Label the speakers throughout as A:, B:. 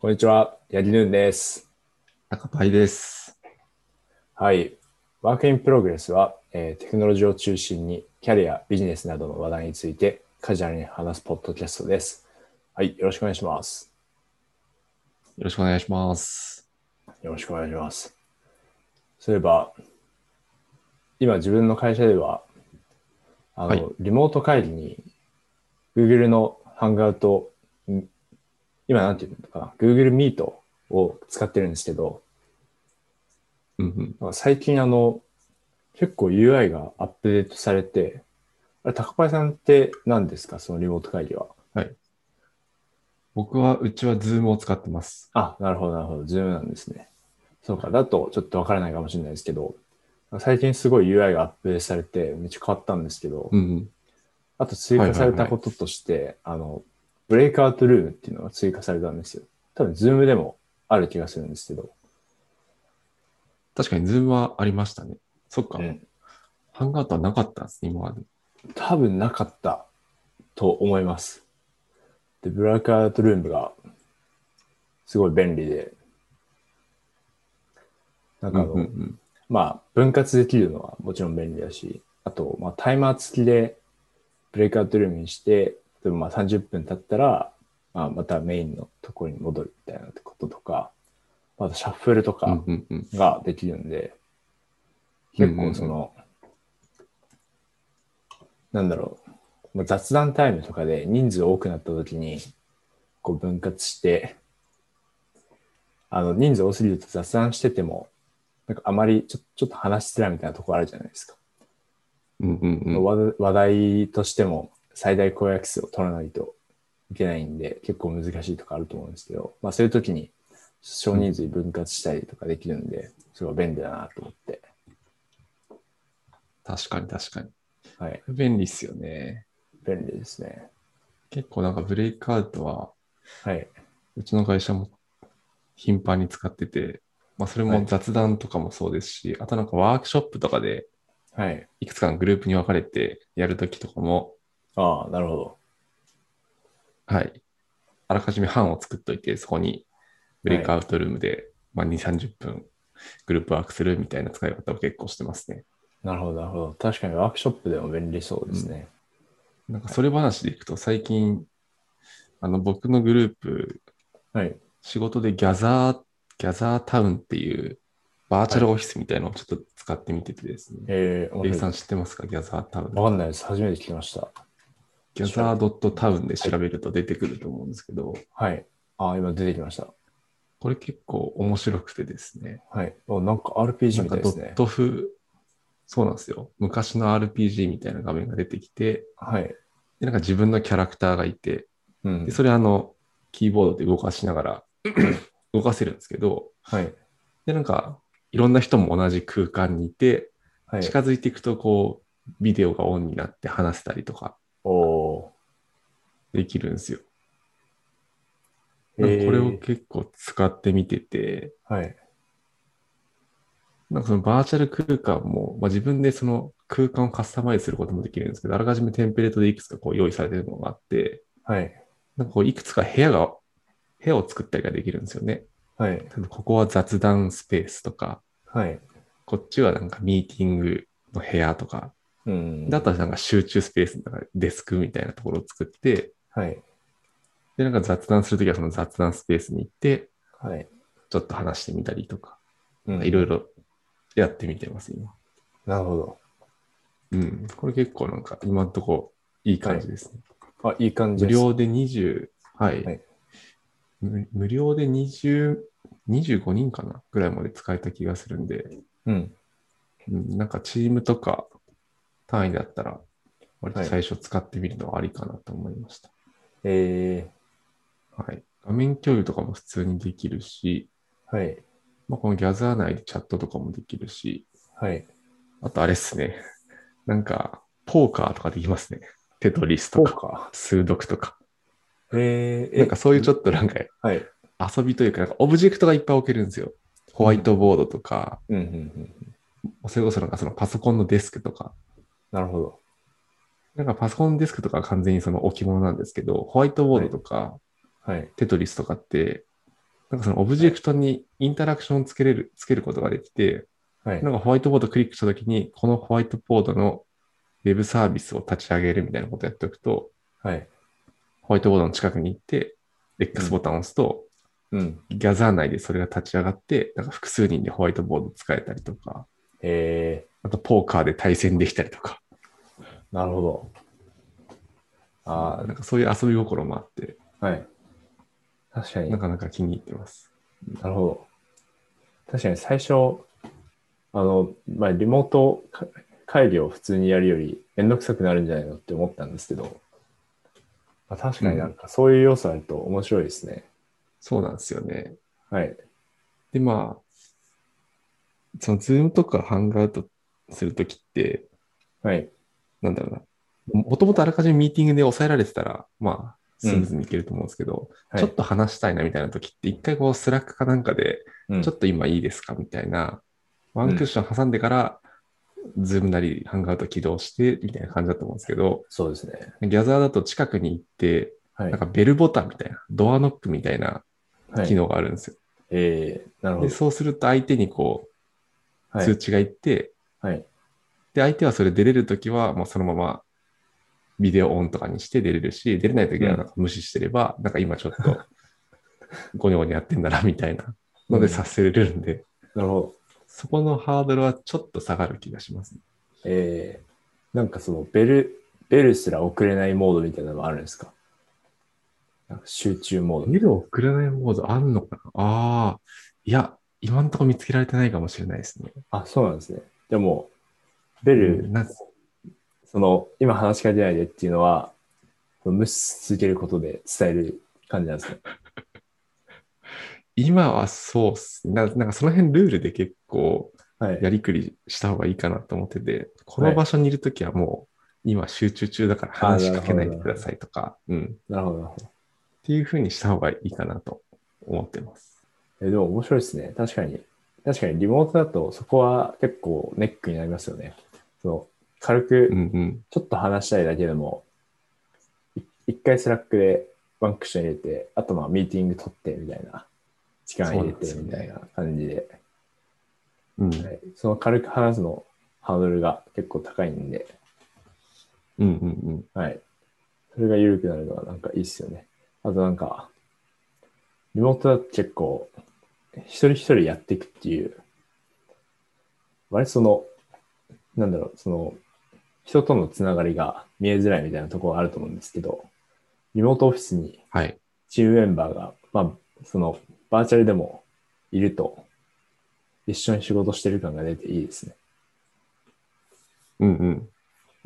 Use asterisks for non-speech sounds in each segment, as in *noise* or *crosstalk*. A: こんにちは、ヤギヌーンです。
B: 高パイです。
A: はい。ワークインプログレスは、えーテクノロジーを中心にキャリア、ビジネスなどの話題についてカジュアルに話すポッドキャストです。はい。よろしくお願いします。
B: よろしくお願いします。
A: よろしくお願いします。そういえば、今自分の会社では、あの、
B: はい
A: リモート会議に Google のハンガウト、ん今なんていうのかな、Google Meet を使ってるんですけど、
B: うんうん。
A: なんか最近あの、結構 UI がアップデートされて、あれ、高橋さんって何ですかそのリモート会議は。
B: 僕は、うちは Zoom を使ってます。
A: あ、なるほど、なるほど。ズームなんですね。そうか。だとちょっとわからないかもしれないですけど、最近すごい UI がアップデートされて、めっちゃ変わったんですけど、
B: うんうん。
A: あと追加されたこととして、あの、ブレイクアウトルームっていうのが追加されたんですよ。多分、ズームでもある気がするんですけど。
B: 確かに Zoom はありましたね。そっか。
A: うん
B: ハンガートはなかったんですね、今まで。
A: 多分なかったと思います。で、ブラックアウトルームがすごい便利で、なんかあの、
B: うんうん
A: まあ分割できるのはもちろん便利だし、あと、まあタイマー付きでブレイクアウトルームにして、例えばまあ30分経ったら、まあ、またメインのところに戻るみたいなこととか、あとシャッフルとか、
B: うんうんうん。
A: ができるんで、
B: うん
A: 結構その、なんだろう、まあ雑談タイムとかで人数多くなった時に、こう分割して、あの、人数多すぎると雑談してても、なんかあまりちょちょっと話しづらいみたいなところあるじゃないですか。
B: うんうんうん。
A: 話話題としても最大公約数を取らないといけないんで、結構難しいとかあると思うんですけど、まあそういう時に少人数に分割したりとかできるんで、すごい便利だなと思って。
B: 確かに確かに。
A: はい、
B: 便利っすよね。
A: 便利ですね。
B: 結構なんかブレイクアウトは、
A: はい。
B: うちの会社も頻繁に使ってて、まあそれ
A: は
B: も
A: い
B: 雑談とかもそうですし、あとなんかワークショップとかで、
A: はい。
B: いくつかのグループに分かれてやるときとかも、
A: ああ、なるほど。
B: はい。あらかじめ班を作っといて、そこにブレイクアウトルームで、まあ、2、30分グループワークするみたいな使い方を結構してますね。
A: なるほど、なるほど。確かにワークショップでも便利そうですね。
B: なんかそれ話でいくと、最近、あの僕のグループ、
A: はい。
B: 仕事でギャザー、ギャザータウンっていうバーチャルオフィスみたいなのをちょっと使ってみててですね。
A: えー、
B: レイ
A: 面
B: さ
A: 白い
B: ん知ってますかギャザータウン。
A: わかんないです。初めて聞きました。
B: ギャザー .town で調べると出てくると思うんですけど、
A: はい。ああ、今出てきました。
B: これ結構面白くてですね。
A: はい。おなんか
B: な
A: RPG
B: ん
A: みた
B: か
A: いで
B: ド
A: す
B: ッ
A: ね。
B: ト風、そうなんですよ。昔の RPG みたいな画面が出てきて、
A: はい。
B: でなんか自分のキャラクターがいて、
A: うん
B: で。それあの、キーボードで動かしながら *clears throat* 動かせるんですけど、
A: はい。
B: で、なんか、いろんな人も同じ空間にいて、
A: はい。
B: 近づいていくと、こう、ビデオがオンになって話せたりとか
A: おお
B: できるんですよ。
A: ー。
B: なんかこれを
A: えー
B: 結構使ってみてて、
A: はい。
B: なんかそのバーチャル空間も、まあ、自分でその空間をカスタマイズすることもできるんですけど、あらかじめテンプレートでいくつかこう用意されてるものがあって、
A: はい。
B: なんかこういくつか部屋が、部屋を作ったりができるんですよね。
A: はい。
B: 例えばここは雑談スペースとか、
A: はい。
B: こっちはなんかミーティングの部屋とか、
A: うん
B: だったらなんか集中スペースの中でデスクみたいなところを作って、
A: はい。
B: で、なんか雑談するときはその雑談スペースに行って、
A: はい。
B: ちょっと話してみたりとか、
A: うん
B: いろいろやってみてます、今。
A: なるほど。
B: うん。これ結構なんか今んとこいい感じですね。
A: あ、いい感じ
B: 無
A: です。
B: 料で20、はい。
A: はい
B: 無無料で20、25人かなぐらいまで使えた気がするんで、
A: うん。
B: うんなんかチームとか単位だったら、割と最初使ってみるのはありかなと思いました。
A: え
B: はい。画面共有とかも普通にできるし、
A: ー、はい。
B: まあ、このギャザー内でチャットとかもできるし、
A: はい。
B: あとあれっすね。 *laughs* なんか、ポーカーとかできますね。テトリスと
A: そう
B: か、
A: か。
B: 数読とか。
A: えー、
B: なんかそういうちょ
A: っ
B: っとなんか
A: と。はい。
B: 遊びというか、なんかオブジェクトがいっぱい置けるんですよ。ホワイトボードとか、
A: うんうんうん。
B: それこそなんかそのパソコンのデスクとか、
A: なるほど。
B: なんかパソコンデスクとかは完全にその置物なんですけど、ホワイトボードとか、
A: はい。
B: テトリスとかって、なんかそのオブジェクトにインタラクションをつけれる、つけることができて、
A: はい
B: な。んかホワイトボードクリックしたときに、このホワイトボードのウェブサービスを立ち上げるみたいなことをやっておくと、
A: はい。
B: ホワイトボードの近くに行って、X ボタンを押すと、
A: うん。
B: ギャザー内でそれが立ち上がって、なんか複数人でホワイトボード使えたりとか、
A: え
B: あとポーカーで対戦できたりとか、
A: ー、なるほど。あ
B: なんかそういう遊び心もあって、
A: あ、はい。確かに
B: なかなか気に入ってます。
A: なるほど。確かに最初、あの、まあ、リモートか会議を普通にやるよりめんどくさくなるんじゃないのって思ったんですけど、まあ、確かになんかそういう要素あると面白いですね。
B: そうなんですよね。
A: はい。
B: で、まあ、そのズームとかハンガーとするときって、
A: はい。
B: なんだろうな、もともとあらかじめミーティングで抑えられてたら、まあ、スムーズにいけると思うんですけど、
A: はい、
B: ちょっと話したいなみたいなときって、一回こう、スラックかなんかで、
A: うん
B: ちょっと今いいですかみたいな、ワンクッション挟んでから、ズームなり、ハンガーと起動して、みたいな感じだと思うんですけど、
A: そうですね。
B: ギャザーだと近くに行って、
A: はい。
B: なんかベルボタンみたいな、ドアノックみたいな
A: はい
B: 機能があるんですよ。
A: えー、なるほ
B: で、
A: ど。
B: そうすると相手にこう、
A: は
B: 通
A: い。
B: 知がいって、
A: はい。
B: で、相手はそれ出れるときは、もうそのままビデオオンとかにして出れるし、出れないときはなんか無視してれば、なんか今ちょっとゴニョゴニョやってんだなみたいなの
A: う
B: で
A: ん
B: させれるんで、
A: なるほど。
B: そこのハードルはちょっと下がる気がしますね。
A: えー、なんかそのベル、ベルすら送れないモードみたいなのもあるんですかなんか集中モード。
B: ビデオ送らないモードあんのかなああ、いや、今んとこ見つけられてないかもしれないですね。
A: あ、そうなんですね。でも、ベル、
B: な
A: その、今話しかけないでっていうのは、無視し続けることで伝える感じなんですね。
B: 今はそうっすねな。なんかその辺ルールで結構
A: はい。
B: やりくりした方がいいかなと思ってて、この場所にいるときはもう今集中中だから話しかけないでくださいとか、うん。っ
A: なるほど、なるほど。
B: ていうふうにした方がいいかなと思ってます。
A: え、でも面白いですね。確かに。確かにリモートだとそこは結構ネックになりますよね。その、軽
B: う
A: く
B: んうん。
A: ちょっと話したいだけでも、い一回スラックでワンクッション入れて、あとまあミーティング取ってみたいな、時間入れてみたいな感じで、
B: うん。
A: はい、その軽く話すのハードルが結構高いんで、
B: うんうん
A: はい。それが緩くなるのはなんかいいっすよね。あとなんか、リモートだと結構、一人一人やっていくっていう、割とその、なんだろう、その、人とのつながりが見えづらいみたいなところがあると思うんですけど、リモートオフィスに
B: はい。
A: チームメンバーが、まあ、その、バーチャルでもいると、一緒に仕事してる感が出ていいですね。
B: うんうん。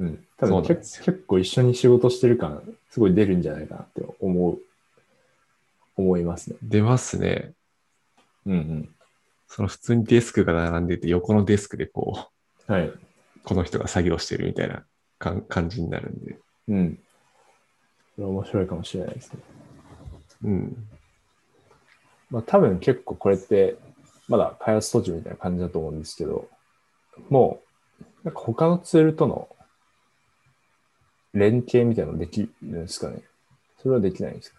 A: うん。多
B: そう
A: 分
B: なん
A: け
B: で
A: 結構一緒に仕事してる感、すごい出るんじゃないかなって思う、思いますね。
B: 出ますね。
A: うん
B: その普通にデスクが並んでて、横のデスクでこ
A: うん。はい。
B: う、この人が作業してるみたいな感感じになるんで。
A: うん。これ面白いかもしれないですね。
B: うん。
A: まあ多分結構これって、まだ開発途中みたいな感じだと思うんですけど、もう、なんか他のツールとの連携みたいなのできるんですかね。それはできないんですか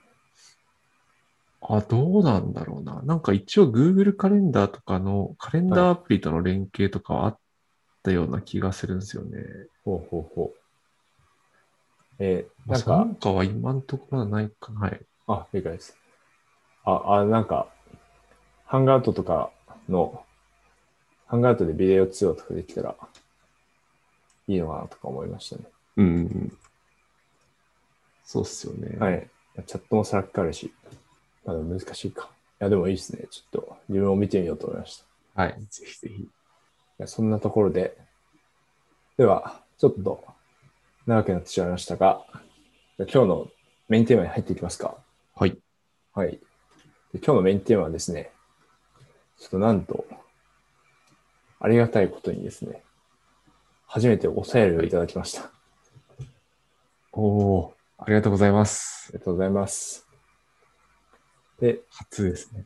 B: あ、どうなんだろうな。なんか一応 Google カレンダーとかの、カレンダーアプリとの連携とかはあったような気がするんですよね。
A: ほうほうほう。えー
B: な
A: なんん
B: か、
A: か、
B: なんかは今のところはないかな。はい。
A: あ、理解です。あ、あ、なんか、ハンガーアウトとかの、ハンガーアウトでビデオ通話とかできたらいいのかなとか思いましたね。
B: うんうんうん。そうっすよね。。
A: はいい。チャットもスラックあるし、まだ難しいか。いや、でもいいですね。ちょっと自分を見てみようと思いました。い
B: はい。ぜひぜひ。
A: やそんなところで、では、ちょっと長くなってしまいましたが、じゃあ今日のメインテーマに入っていきますか。
B: はい。
A: はい。で今日のメインテーマはですね、ちょっとなんと、ありがたいことにですね、初めてお便りをいただきました。あ
B: おおー、ありがとうございます
A: り。がとうございます。で、
B: 初ですね。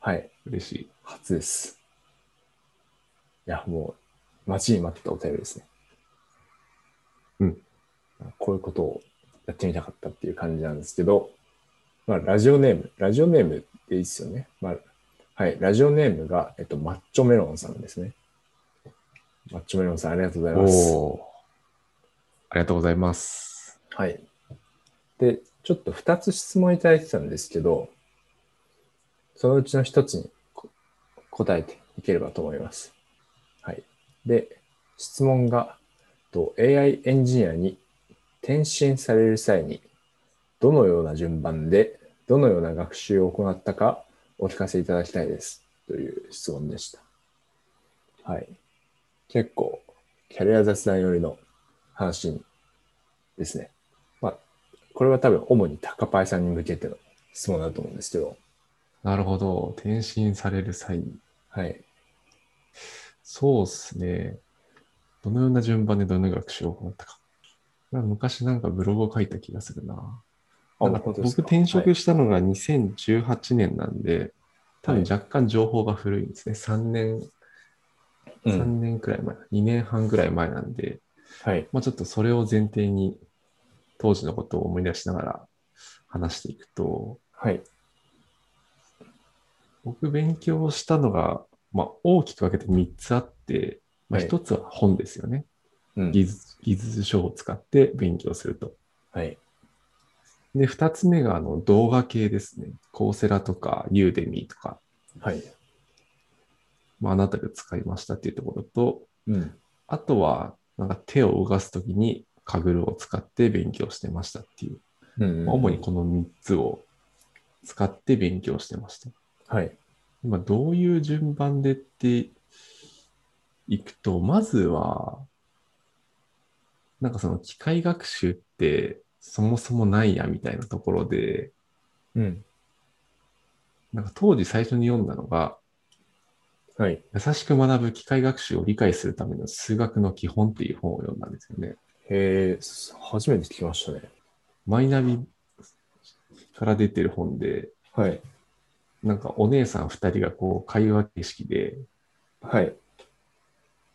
A: はい、
B: 嬉しい。
A: 初です。いや、もう、待ちに待ったお便りですね。
B: うん。
A: こういうことをやってみたかったっていう感じなんですけど、まあ、ラジオネーム、ラジオネームでいいっすよね。まあ、はい、ラジオネームが、えっと、マッチョメロンさんですね。マッチョメロンさん、ありがとうございます。
B: おーありがとうございます。
A: はい。で、ちょっと2つ質問いただいてたんですけど、そのうちの1つにこ答えていければと思います。はい。で、質問が、と AI エンジニアに転身される際に、どのような順番で、どのような学習を行ったか、お聞かせいただきたいです。という質問でした。はい。結構、キャリア雑談寄りの話にですね。まあ、これは多分主に高パイさんに向けての質問だと思うんですけど、
B: なるほど。転身される際に。
A: はい。
B: そうですね。どのような順番でどのような学習を行ったか。これは昔なんかブログを書いた気がするな。なんか僕転職
A: し
B: したのが2018年なんで、多分若干情報が古いんですね。3年、
A: て、
B: 3年くらい前、2年半くらい前なんで、
A: はい。
B: まあ、ちょっとそれを前提に当時のことを思い出しながら話していくと、
A: はい。
B: 僕勉強したのが、まあ、大きく分けて3つあって、まあ、
A: はい
B: 1つは本ですよね、
A: うん
B: 技術。技術書を使って勉強すると。
A: はい。
B: で、2つ目があの動画系ですね。コーセラとかユーデミーとか、
A: はい。
B: まあ、あなたが使いましたっていうところと、
A: うん。
B: あとはなんか手を動かすときにカグルを使って勉強してましたっていう
A: うん
B: まあ主に。この3つを使って勉強してました。
A: はい。
B: 今どういう順番でっていくと、まずは、なんかその機械学習ってそもそもないやみたいなところで、
A: うん。
B: なんか当時最初に読んだのが、
A: はい。
B: 優しく学ぶ機械学習を理解するための数学の基本っていう本を読んだんですよね。
A: えー、初めて聞きましたね。
B: マイナビから出てる本で、
A: はい。
B: なんかお姉さん2人がこう会話形式で
A: はい。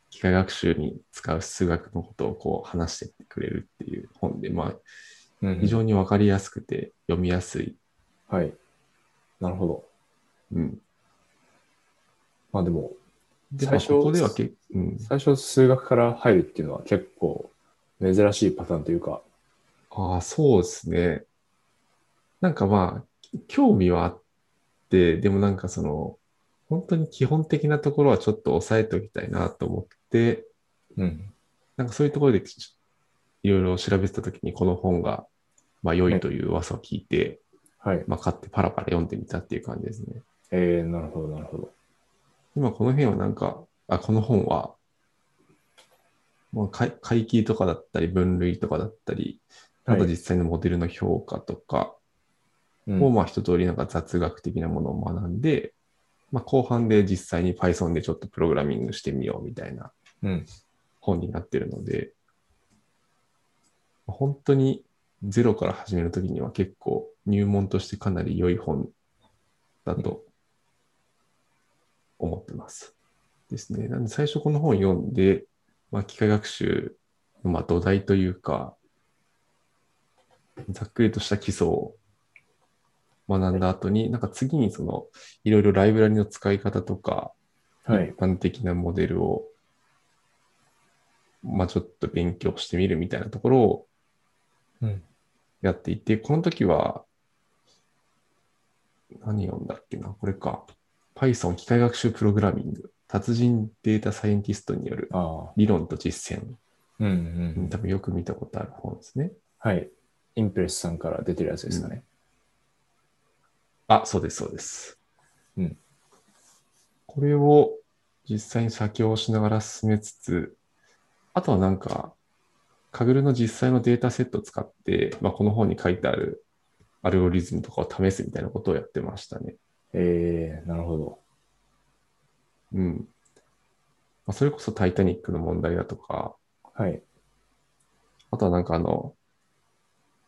B: 機械学習に使う数学のことをこう話してくれるっていう本で、まあ、
A: うん
B: 非常に分かりやすくて読みやすい。
A: はい。なるほど。
B: うん、
A: まあでも、
B: で
A: 最初
B: まあここではけ、うん、
A: 最初数学から入るっていうのは結構珍しいパターンというか、
B: ああ、そうですね。なんかまあ、興味はあって、でもなんかその、本当に基本的なところはちょっと抑えておきたいなと思って、
A: うん。
B: なんかそういうところでちいろいろ調べてたときにこの本が、まあ、良いという噂を聞いて、
A: はい。
B: まあ、買ってパラパラ読んでみたっていう感じですね。
A: えー、なるほど、なるほど。
B: 今この辺はなんか、あ、この本は、まあ、会会計とかだったり、分類とかだったり、あと
A: はい
B: 実際のモデルの評価とか
A: うん
B: を、まあ一通りなんか雑学的なものを学んで、まあ後半で実際に Python でちょっとプログラミングしてみようみたいな
A: うん。
B: 本になってるので、本当にゼロから始めるときには結構入門としてかなり良い本だと思ってます。ですね。なんで最初この本読んで、まあ、機械学習のまあ土台というか、ざっくりとした基礎を学んだ後に、なんか次にそのいろいろライブラリの使い方とか、
A: はい
B: 一。般的なモデルを、まあ、ちょっと勉強してみるみたいなところを
A: うん
B: やっていて、この時は、何読んだっけな、これか。Python 機械学習プログラミング、達人データサイエンティストによる
A: ああ。
B: 理論と実践。
A: うんうんう
B: うん
A: ん
B: 多。分よく見たことある本ですね。
A: はい。インプレスさんから出てるやつですかね。
B: あ、そうです、そうです。
A: うん。
B: これを実際に作業をしながら進めつつ、あとはなんか、カグルの実際のデータセットを使って、まあ、この本に書いてあるアルゴリズムとかを試すみたいなことをやってましたね。
A: えー、なるほど。
B: うん。まあ、それこそタイタニックの問題だとか、
A: はい。
B: あとはなんかあの、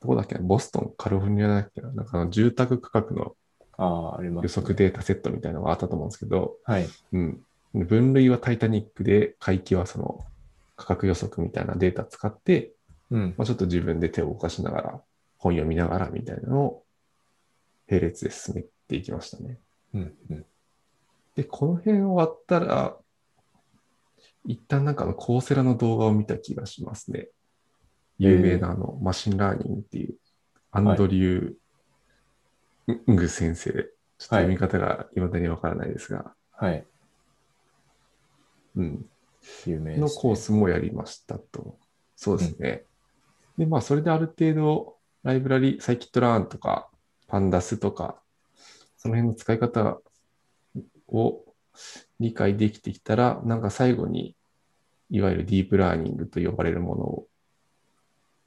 B: どこだっけな、ボストン、カリフォルニアだっけな、なんかあの住宅価格の
A: ああ、あります、
B: 予測。データセットみたいなのがあったと思うんですけど、
A: はい。
B: うん。分類はタイタニックで、回帰はその価格予測みたいなデータ使って、
A: うん。
B: まあ、ちょっと自分で手を動かしながら、本読みながらみたいなのを並列で進めていきましたね。
A: うんうん。
B: で、この辺終わったら、一旦なんかあのコーセラの動画を見た気がしますね。有名なあのマシンラーニングっていうアンドリュー・ング先生。ちょっと読み方が未だにわからないですが、
A: はい。
B: うん。
A: 有名です、ね。
B: のコースもやりましたと。そうですね。で、まあ、それである程度、ライブラリ、サイキットラーンとか、パンダスとか、その辺の使い方を理解できてきたら、なんか最後に、いわゆるディープラーニングと呼ばれるものを、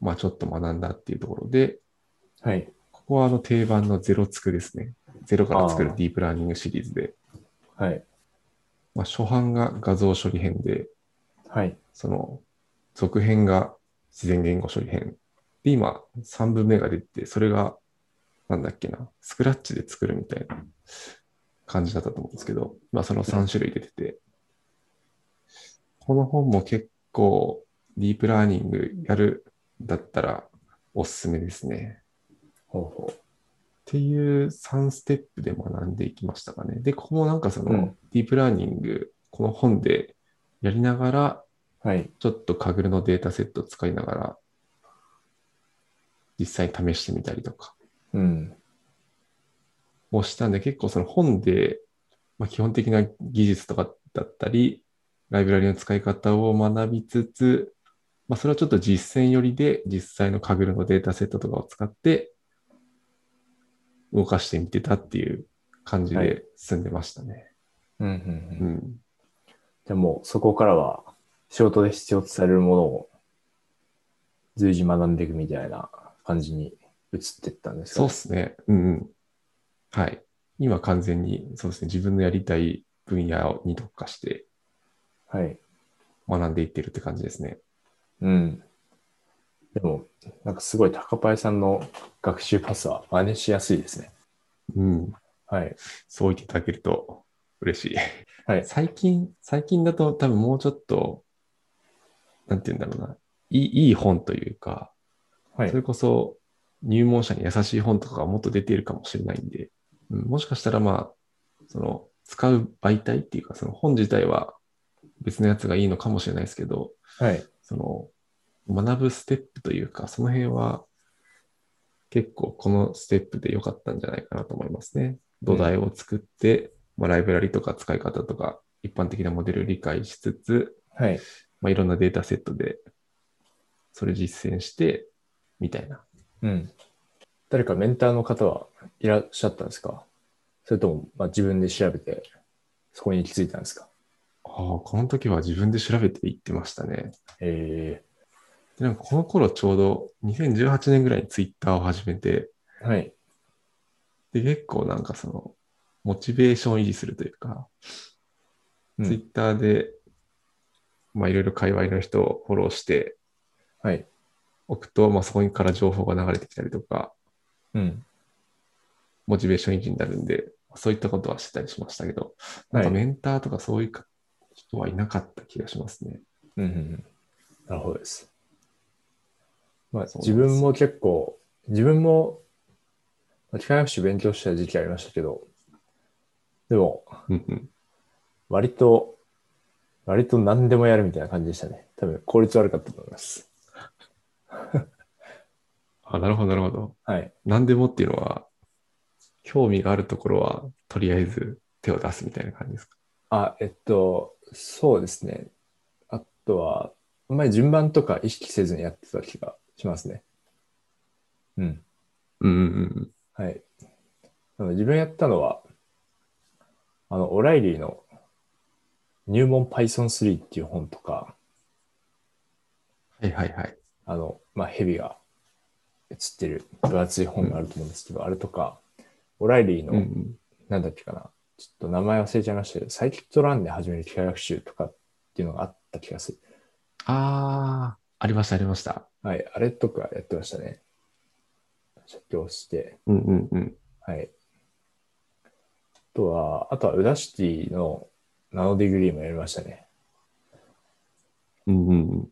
B: まあ、ちょっと学んだっていうところで、
A: はい。
B: ここはあの定番のゼロつくですね。ゼロから作る
A: あー
B: ディープラーニングシリーズで、
A: はい。
B: まあ、初版が画像処理編で、
A: はい。
B: その続編が自然言語処理編。で、今3分目が出て、それがなんだっけな、スクラッチで作るみたいな感じだったと思うんですけど、まあその3種類出てて、この本も結構ディープラーニングやるんだったらおすすめですね。
A: ほうほ
B: っていう3ステップで学んでいきましたかね。で、ここもなんかその、
A: うん
B: ディープラーニング、この本でやりながら
A: う。はい。
B: ちょっとカグルのデータセットを使いながら、実際に試してみたりとか
A: うん。
B: もしたんで、結構その本で、まあ、基本的な技術とかだったり、ライブラリの使い方を学びつつ、まあ、それはちょっと実践寄りで、実際のカグルのデータセットとかを使って、動かしてみてたっていう感じ
A: は
B: で
A: い
B: 進んでましたね。
A: うんうんう。
B: うんん。
A: でも、そこからは、仕事で必要とされるものを、随時学んでいくみたいな感じに移っていったんですか
B: そうですね。うんうん。はい。今完全に、そうですね。自分のやりたい分野に特化して
A: はい。
B: 学んでいってるって感じですね。
A: うん。でも、なんかすごい高パイさんの学習パスは真似しやすいですね。
B: うん。
A: はい。
B: そう言っていただけると嬉しい。
A: はい
B: 最近、最近だと多分もうちょっと、なんて言うんだろうな。いいいい本というか、
A: は
B: それこそ入門者に優しい本とかがもっと出ているかもしれないんで、うん、もしかしたらまあ、その使う媒体っていうか、その本自体は別のやつがいいのかもしれないですけど、
A: はい。
B: その学ぶステップというか、その辺は結構このステップで良かったんじゃないかなと思いますね。土台を作って、まあ、ライブラリとか使い方とか一般的なモデルを理解しつつ、
A: はい。
B: まあ、いろんなデータセットでそれ実践してみたいな。
A: うん。誰かメンターの方はいらっしゃったんですかそれとも、まあ、自分で調べて、そこに行き着いたんですか
B: ああ、この時は自分で調べていってましたね。
A: え
B: で、なんかこの頃ちょうど2018年ぐらいにツイッターを始めて、
A: えはい。
B: で、結構なんかその、モチベーションを維持するというか、
A: うん
B: ツイッターで、まあいろいろ界隈の人をフォローして
A: はい。
B: おくと、まあそこから情報が流れてきたりとか、
A: うん。
B: モチベーション維持になるんで、そういったことはしてたりしましたけど、なん
A: は
B: か
A: い。
B: メンターとかそういう人はいなかった気がしますね。
A: うんうんうん。なるほどです。まあ、
B: そうなんです
A: 自分も結構、自分も、まあ機械学習勉強した時期ありましたけど、でも、
B: うんうん。
A: 割と、割と何でもやるみたいな感じでしたね。多分、効率悪かったと思います。
B: あ、なるほど、なるほど。
A: はい。
B: 何でもっていうのは、興味があるところは、とりあえず手を出すみたいな感じですか。
A: あ、えっと、そうですね。あとは、あんまり順番とか意識せずにやってた気がしますね。うん。
B: うんうんうん
A: はい。あの自分やったのは、あの、オライリーの入門 Python3 っていう本とか、
B: うん。はいはいはい。
A: あの、まあ、ヘビが写ってる分厚い本があると思うんですけど、あれとか、オライリーの、
B: うんうん。
A: なんだっけかな、ちょっと名前忘れちゃいましたけど、サイキットランで始める機械学習とかっていうのがあった気がする。
B: ああ、ありました、ありました。
A: はい、あれとかやってましたね。写経して、
B: うんうんうん。
A: はい。あとは、あとは、ウダシティのナノディグリーもやりましたね。
B: うんうんうん。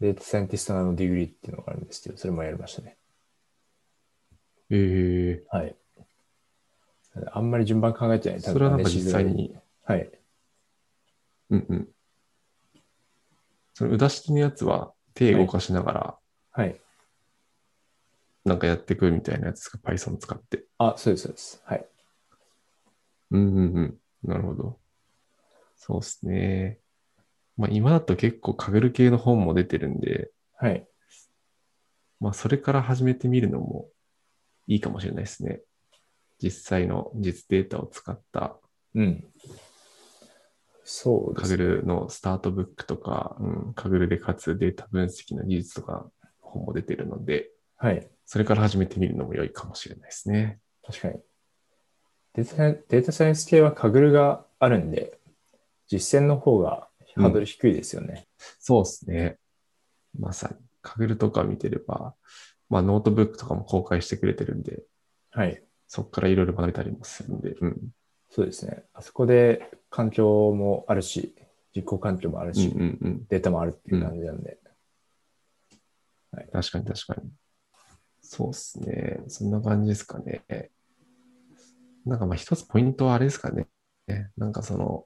A: データサイエンティストナノディグリーっていうのがあるんですけど、それもやりましたね。
B: ええ
A: はい。あんまり順番考えてない。
B: それはなん
A: 多
B: か
A: 分
B: 実際に、
A: はい。
B: うんうん。その、うだ式のやつは手動かしながら
A: はい。
B: なんかやってくみたいなやつですか、Python 使って。
A: あ、そうです、そうです。はい。
B: うんうんうん。なるほど。そうですね。まあ今だと結構カグル系の本も出てるんで、
A: はい。
B: まあそれから始めてみるのもいいかもしれないですね。実際の実データを使った
A: うん。そうで
B: カ
A: す
B: グ。ルのスタートブックとか、うん、カグルでかつデータ分析の技術とか本も出てるので、
A: はい。
B: それから始めてみるのも良いかもしれないですね。
A: 確かに。データデータサイエンス系はカグルがあるんで、実践の方がハードル低いですよね。
B: そうですね。まさに。カグルとか見てれば、まあノートブックとかも公開してくれてるんで、
A: はい。
B: そこからいろいろ学べたりもするんで、うん。
A: そうですね。あそこで環境もあるし、実行環境もある
B: うんう
A: し、
B: んうん。
A: データもあるっていう感じなんで。
B: 確かに確かに。そうですね。そんな感じですかね。なんかまあ一つポイントはあれですかね。なんかその、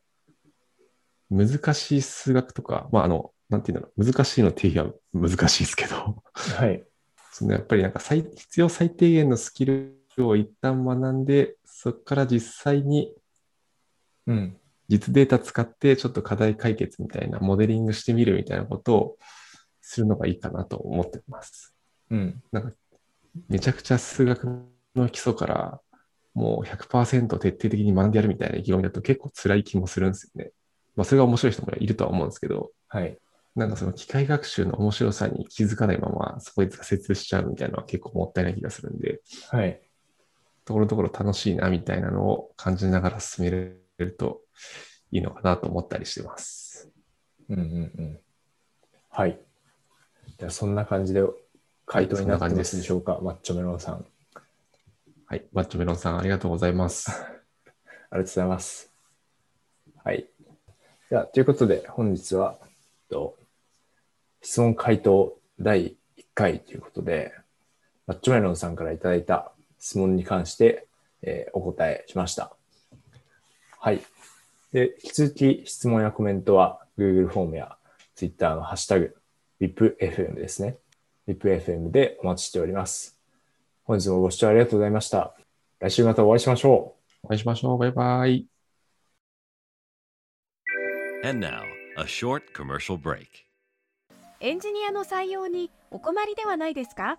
B: 難しい数学とか、まああの、なんていうんだろう、難しいの定義は難しいですけど、 *laughs*
A: はい。
B: そのやっぱりなんか最必要最低限のスキルを一旦学んで、そこから実際に
A: うん。
B: 実データ使ってちょっと課題解決みたいなモデリングしてみるみたいなことをするのがいいかなと思ってます。
A: うん。
B: めちゃくちゃ数学の基礎からもう100%徹底的に学んでやるみたいな意気込みだと結構辛い気もするんですよね。まあそれが面白い人もいるとは思うんですけど、
A: はい。
B: なんかその機械学習の面白さに気づかないままそこで挫折しちゃうみたいなのは結構もったいない気がするんで、
A: はい。
B: ところどころ楽しいなみたいなのを感じながら進めるといいのかなと思ったりしてます。
A: うんうんうん。はい。じゃあ、そんな感じで回答になってますでしょうか、マッチョメロンさん。
B: はい。マッチョメロンさん、ありがとうございます。
A: ありがとうございます。はい。じゃあ、ということで、本日は、えっと質問回答第1回ということで、マッチョメロンさんからいただいた質問に関して、えーお答えしました。はい。で、引き続き質問やコメントは Google フォームや Twitter のハッシュタグ、VIPFM ですね。VIPFM でお待ちしております。本日もご視聴ありがとうございました。来週またお会いしましょう。
B: お会いしましょう。バイバイ。
C: And now, a short commercial break.
D: エンジニアの採用にお困りではないですか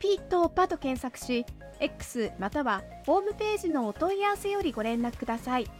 D: ピートパと検索し、X またはホームページのお問い合わせよりご連絡ください。